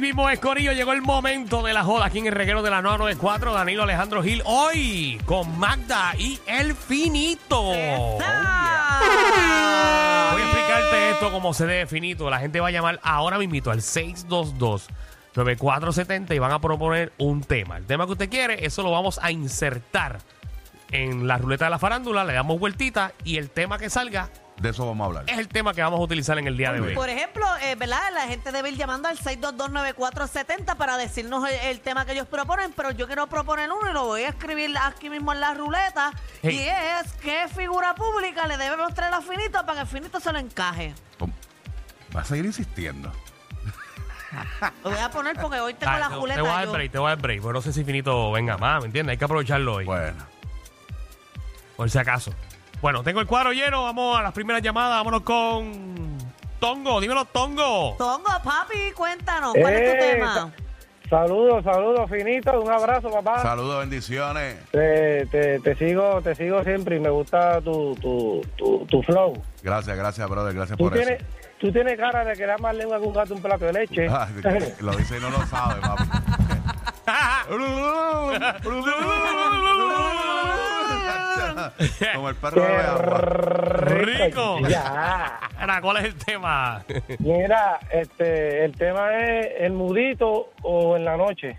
mismo es, Corillo. Llegó el momento de la joda aquí en el reguero de la 994. Danilo Alejandro Gil. Hoy con Magda y El Finito. Oh, Voy a explicarte esto como se dé finito. La gente va a llamar ahora mismito al 622-9470 y van a proponer un tema. El tema que usted quiere, eso lo vamos a insertar en la ruleta de la farándula, le damos vueltita y el tema que salga De eso vamos a hablar. es el tema que vamos a utilizar en el día de hoy. Por ejemplo, eh, ¿verdad? La gente debe ir llamando al 6229470 para decirnos el, el tema que ellos proponen, pero yo quiero proponer uno y lo voy a escribir aquí mismo en la ruleta. Hey. Y es qué figura pública le debe mostrar a Finito para que Finito se lo encaje. Tom- Va a seguir insistiendo. Lo voy a poner porque hoy tengo Dale, la Ah, te- ruleta. te voy a dar yo. break, te voy a dar break. Pero no sé si finito venga más, ¿me entiendes? Hay que aprovecharlo hoy, Bueno, por si acaso. Bueno, tengo el cuadro lleno, vamos a las primeras llamadas, vámonos con Tongo, dímelo Tongo. Tongo, papi, cuéntanos, ¿cuál es tu Eh, tema? Saludos, saludos, finito, un abrazo, papá. saludos, bendiciones. Te, te- te sigo, te sigo siempre y me gusta tu, tu, tu, tu flow. Gracias, gracias, brother. Gracias Tú por tienes, eso. tú tienes cara de que da más lengua que un gato un plato de leche. Ah, lo dice y no lo sabe, papi. Como el perro Qué de agua. rico. Rico. Ya. Ahora, ¿cuál es el tema? Mira, este, el tema es el mudito o en la noche.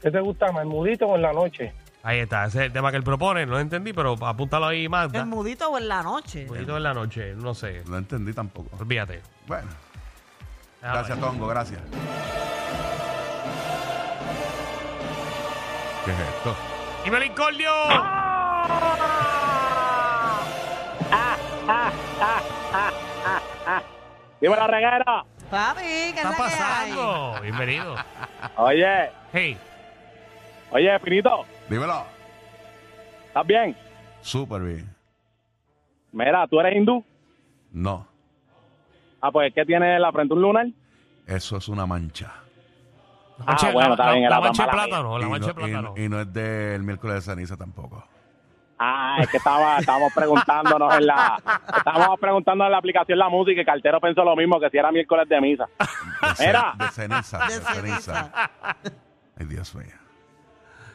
¿Qué te gusta más, el mudito o en la noche? ahí está, ese es el tema que él propone, no lo entendí, pero apúntalo ahí, Magda. ¿El mudito o en la noche? Un poquito en la noche, no sé, No entendí tampoco. olvídate. Bueno, Ah, gracias, Tongo, gracias. ¿Qué es esto? vale. ¡Dímelo, Incordio! ¡Viva la reguera! Papi, ¿qué ¿Qué es la está que hay? pasando? Bienvenido. Oye, Hey, oye, Finito, Dímelo. ¿estás bien? Súper bien. Mira, ¿tú eres hindú? No, Ah, pues, ¿qué tiene en la frente un lunar? eso es una mancha. la Ah, mancha- bueno, la- está la- bien, la era mancha de tan mala plátano, la y, mancha de no, y- plátano. y no es del miércoles de ceniza tampoco. Ah, es que estaba, estábamos preguntándonos en la... Estábamos preguntando en la aplicación La Música y Cartero pensó lo mismo, que si era miércoles de misa. De, ce- Mira. de ceniza, de De ceniza. Ay, Dios mío.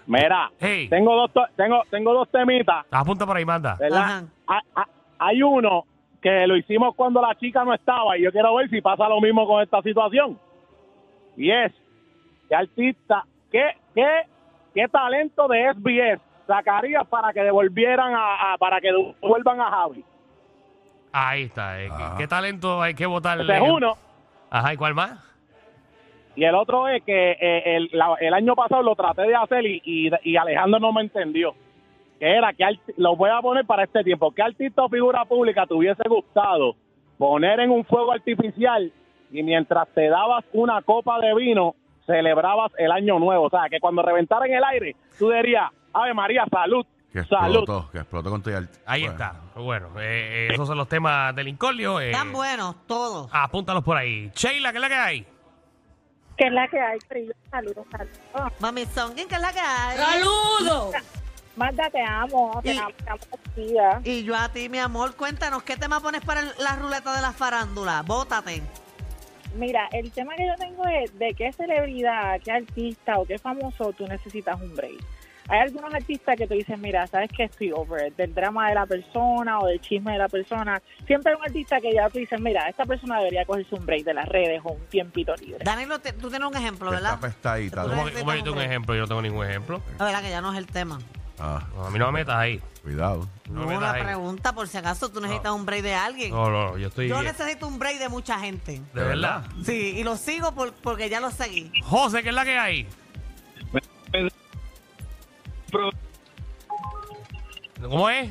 Mira, Hey. tengo dos to- tengo, tengo dos temitas, Apunta por ahí, Magda. ¿verdad? Ajá. Ah, ah, Hay uno que lo hicimos cuando la chica no estaba y yo quiero ver si pasa lo mismo con esta situación. Y es, ¿qué artista, qué, qué, qué talento de SBS sacarías para que devolvieran a, a- para que devuelvan a Javi? Ahí está. eh. ¿Qué- Ajá. ¿Qué, talento hay que votarle? Ese es uno. Ajá, ¿y cuál más? Y el otro es que eh, el, la- el año pasado lo traté de hacer y, y- y Alejandro no me entendió. Que era que arti- lo voy a poner para este tiempo. ¿Qué artista o figura pública te hubiese gustado poner en un fuego artificial y mientras te dabas una copa de vino celebrabas el año nuevo? O sea, que cuando reventara en el aire tú dirías, Ave María, salud, Que salud. explotó, que explotó con tu art- Ahí Bueno, está. Bueno, eh, eh, esos son los temas del Incordio. eh. Están buenos todos. Apúntalos por ahí. Sheila, ¿qué es la que hay? que es la que hay, Prillo. Saludos, saludos. Mami Songin, ¿qué es la que hay? Magda, te amo, te Y- amo, te amo, tía. Y yo a ti, mi amor, cuéntanos, ¿qué tema pones para el- la ruleta de la farándula? Bótate. Mira, el tema que yo tengo es de qué celebridad, qué artista o qué famoso tú necesitas un break. Hay algunos artistas que te dicen, mira, sabes que estoy over it, del drama de la persona o del chisme de la persona. Siempre hay un artista que ya tú dices, mira, esta persona debería cogerse un break de las redes o un tiempito libre. Danilo, te- tú tienes un ejemplo, Que está ¿verdad? apestadita. ¿Cómo, Ese cómo viste un hombre. ejemplo? Yo no tengo ningún ejemplo. La verdad que ya no es el tema. Ah, No, a mí no me metas ahí. cuidado. No, No, me una metas ahí. pregunta, por si acaso tú necesitas un break de alguien. No, no, no, yo estoy. yo bien. necesito un break de mucha gente. De verdad. Sí, y lo sigo por- porque ya lo seguí. José, ¿qué es la que hay? ¿Cómo es?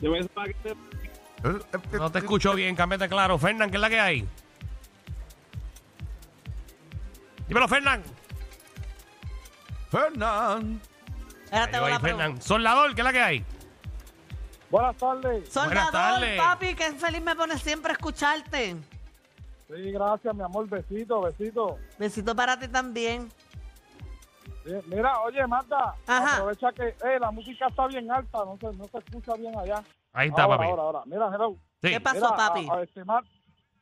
Eh, No te escucho bien, cámbiate claro. Fernán, ¿qué es la que hay? Dímelo, Fernán. eh, Fernán. Ahora te hago la pregunta. Fernán. Soldador, ¿qué es la que hay? Buenas tardes. Buenas Soldador, tardes. papi, qué feliz me pone siempre escucharte. Sí, gracias, mi amor, besito, besito. Besito para ti también. Eh, Mira, oye, Marta, Ajá. aprovecha que la música está bien alta, no se, no se escucha bien allá. Ahí está, papi. Ahora, ahora, mira, hello. Sí. ¿Qué pasó, Mira, papi? A, a este, Mar-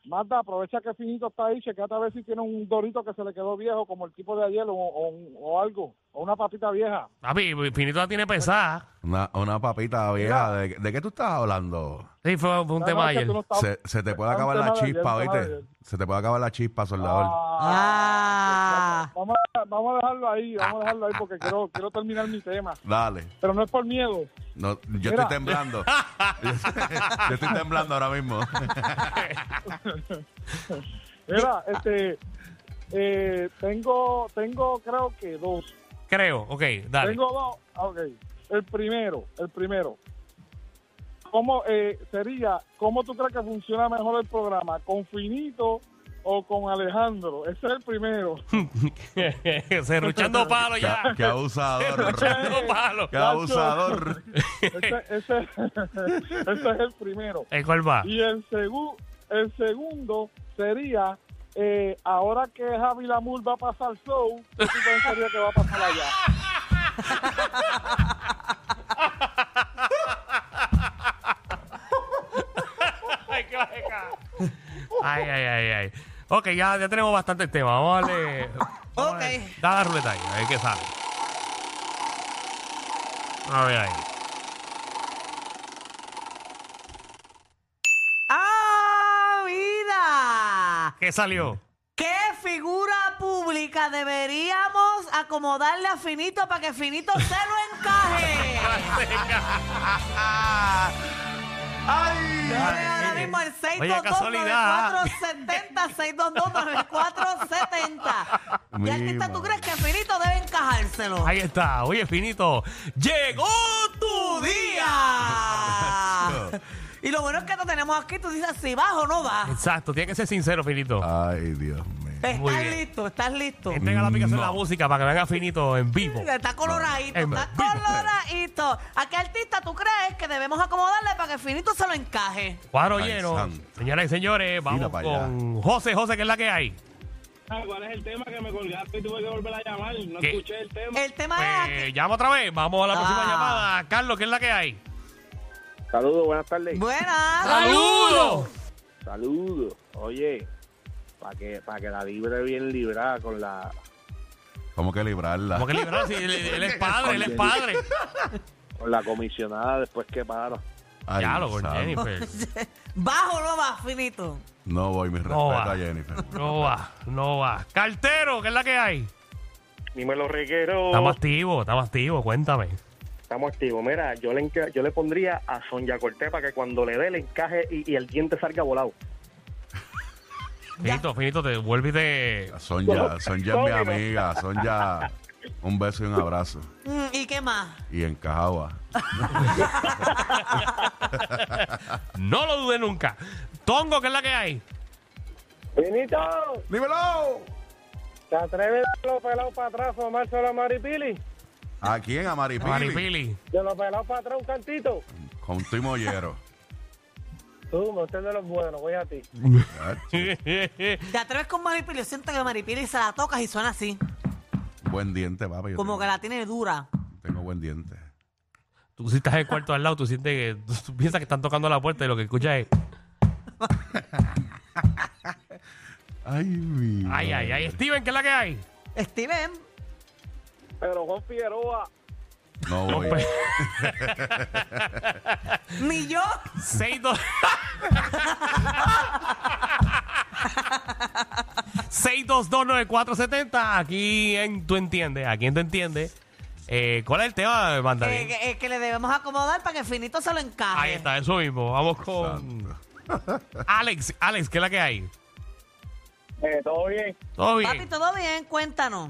Magda, aprovecha que Finito está ahí, checate a ver si tiene un dorito que se le quedó viejo, como el tipo de ayer, o, o un- o algo, o una papita vieja. Papi, Finito la tiene pesada. Una, una papita vieja. ¿De, de qué tú estás hablando? Sí, fue, fue un No, tema no, de es que ayer. tú no estás- Se, se te puede es un acabar tema la de ayer, chispa, un tema de ¿oíste? ayer. Se te puede acabar la chispa, soldador. Ah. Vamos, a- vamos a dejarlo ahí, vamos a dejarlo ahí porque quiero, quiero terminar mi tema. Dale. Pero no es por miedo. No, yo Mira. estoy temblando. yo estoy temblando ahora mismo. Mira, este, eh, tengo, tengo creo que dos. Creo, ok, dale. Tengo dos. ah, Ok. El primero, el primero. ¿Cómo eh, sería, cómo tú crees que funciona mejor el programa? ¿Con Finito o con Alejandro? Ese es el primero. Serruchando palo qué, ya. qué abusador. Serruchando palo. qué abusador. Ese, ese, ese es el primero. Eh, ¿Cuál va? Y el, segu- el segundo sería, eh, ahora que Javi Lamour va a pasar show, ¿qué tú pensarías que va a pasar allá? Ay, qué bajeca. ay, ay, ay, ay. Ok, ya, ya tenemos bastante tema. Vamos a darle. vamos a darle- Ok. Dale la ruleta ahí, a ver qué sale. A ver ahí. ¡Ah, vida! ¿Qué salió? ¿Qué figura pública deberíamos acomodarle a Finito para que Finito se lo encaje? ¡Ay! Dale ahora mismo el Oye, casualidad. 622-9470, 622-9470. ¿Qué artista tú crees que Finito debe encajárselo? Ahí está. Oye, finito. Llegó tu día! Y lo bueno es que te tenemos aquí, tú dices si vas o no vas. Exacto, tiene que ser sincero, finito. Ay, Dios mío. Muy Estás bien. listo, estás listo. Entrega la aplicación de la No. música para que venga finito en vivo. Está coloradito, En está vivo. coloradito. ¿A qué artista tú crees que debemos acomodarle para que Finito se lo encaje? Cuadro Ay, lleno. santo. Señoras y señores, vamos pa' allá. con José, José, que es la que hay. Ah, ¿Cuál es el tema que me colgaste y tuve que volver a llamar? No ¿Qué? escuché el tema. El tema es Eh, llama otra vez. Vamos a la próxima Ah. llamada. Carlos, ¿qué es la que hay? Saludos, buenas tardes. aquí. Buenas. ¡Saludos! Saludos. Oye, para que, pa' que la libre bien librada con la... ¿Cómo que librarla? Como que librado, si él, él es padre, él es padre. Con la comisionada después que paro. Ay, Ya lo pues, con santo. Jennifer. Bajo no va, Finito. No voy, mi respeto va. a Jennifer. No va, no va. Cartero, ¿qué es la que hay? Dímelo, Reguero. Estamos activos, estamos activos, cuéntame. Estamos activos. Mira, yo le, enca- yo le pondría a Sonia Cortés para que cuando le dé le encaje y, y el diente salga volado. Finito, finito, te vuelve y te. Son ya, son ya mi Sólido. amiga, son ya un beso y un abrazo. Mm, ¿Y qué más? Y en Cajagua. No lo dude nunca. Tongo, ¿qué es la que hay? Benito, ¡Dímelo! ¿te atreves de los pelados para atrás a la maripili? ¿A quién? A Maripili. Maripili. De los pelados para atrás un cantito. Con tu y mollero. Tú, no usted de los buenos, voy a ti. ¿Te atreves con Maripili? Yo siento que Maripili se la tocas y suena así. buen diente, papi. Yo Como tengo, que la tiene dura. Tengo buen diente. tú si estás en el cuarto al lado, tú sientes que. Tú, tú piensas que están tocando la puerta y lo que escuchas es. Ay, mi. Ay, ay, ay. Steven, ¿qué es la que hay? Steven, Pero Juan Figueroa, No voy. ni yo. 6 dos 6229470 aquí en tú entiendes aquí en tú entiendes Eh, ¿cuál es el tema mandarín? eh, que, eh, que le debemos acomodar para que Finito se lo encaje. ahí está eso mismo vamos con Santo. Alex Alex ¿qué es la que hay? eh, todo bien. todo bien Papi, ¿todo bien? Cuéntanos.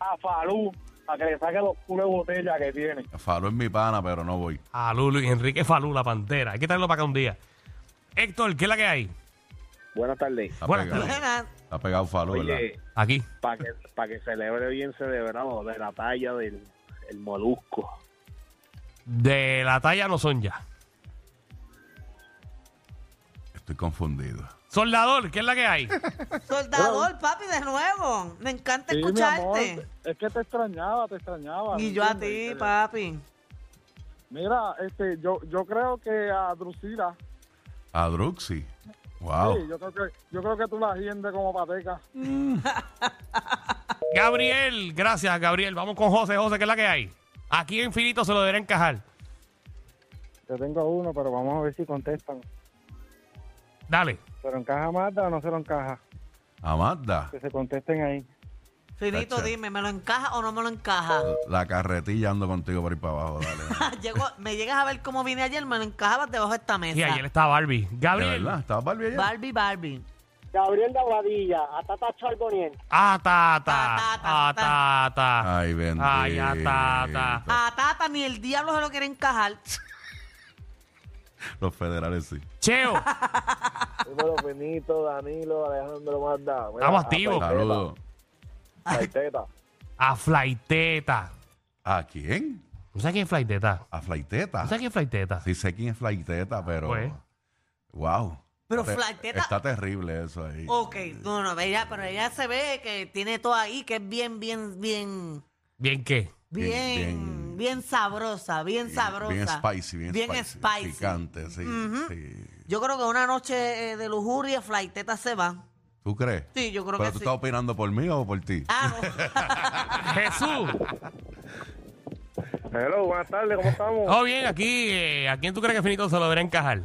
A Falú, para que le saque los culos de botella que tiene. Falo es mi pana, pero no voy. a Lulu y Enrique Falú la pantera hay que traerlo para acá un día Héctor ¿qué es la que hay? Buenas tardes. Está Buenas pegado. Buenas. Está pegado Falo, ¿verdad? Oye, aquí para que, pa' que celebre bien celebrado de la talla del el molusco. de la talla no son ya Estoy confundido. Soldador ¿qué es la que hay? Soldador, papi, de nuevo. Me encanta Sí, mi amor, escucharte. es que te extrañaba, te extrañaba. Y ¿me yo a ti, entiendes? papi. Mira, este, yo, yo creo que a Drusila, A Druxy. Wow. Sí, yo creo que, yo creo que tú la hiendes como pateca. Gabriel, gracias, Gabriel. Vamos con José, José, que es la que hay. Aquí infinito se lo deberá encajar. Yo tengo uno, pero vamos a ver si contestan. Dale. ¿Se lo encaja Magda o no se lo encaja? Amanda, Que se contesten ahí. Finito, Tacho. dime, ¿me lo encaja o no me lo encaja? la carretilla ando contigo por ir para abajo, dale. Llego, me llegas a ver cómo vine ayer, me lo encajabas debajo de esta mesa. Y ayer está Barbie. ¿De Gabriel, verdad? ¿Estabas Barbie ayer? Barbie, Barbie. Gabriel de Aguadilla, Atata Charboniel. ah, ta, Ta, ta, ta, ta, ah, ta, ta. Ay, bendito. Ay, ah, ta, ta. A Tata ni el diablo se lo quiere encajar. Los federales sí. Cheo, Dímelo, Benito, Danilo, Alejandro, Magda. estamos activos. Saludos. A Flaiteta. ¿A quién? ¿No sabes quién es Flaiteta? ¿A ¿No Flaiteta? sabes quién es Flaiteta? Sí sé quién es Flaiteta, pero... Pues. Wow. Pero Está- Flaiteta- Oh, Está terrible eso ahí. Ok, no, no, ella, pero ella se ve que tiene todo ahí, que es bien, bien, bien, ¿Bien qué? bien, Bien, bien, bien. sabrosa, bien Bien- sabrosa. Bien spicy, bien, spicy. Picante, sí, Ujú. sí. Yo creo que una noche eh, de lujuria, Flaiteta se va. ¿Tú crees? Sí, yo creo ¿Pero que tú sí. estás opinando por mí o por ti? Ah, no. Jesús. Hello, buenas tardes, ¿cómo estamos? Oh, bien, aquí. eh, ¿A quién tú crees que Finito se lo deberá encajar?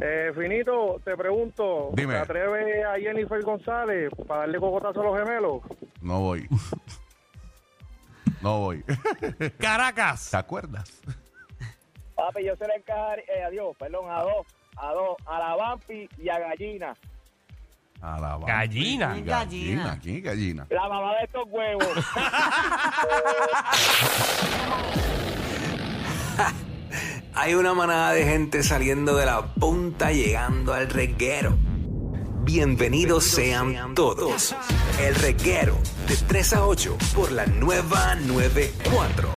Eh, Finito, te pregunto, Dime. ¿te atreves a Jennifer González para darle cocotazo a los gemelos? No voy. no voy. Caracas. ¿Te acuerdas? Papi, yo se le encajar, eh, adiós, perdón, a dos, a dos, a la Vampi y a Gallina. A la Bambi. Gallina. Y Gallina. ¿Quién es gallina? La mamá de estos huevos. Hay una manada de gente saliendo de la punta llegando al reguero. Bienvenidos sean todos. El reguero de 3 a 8 por la nueva 94.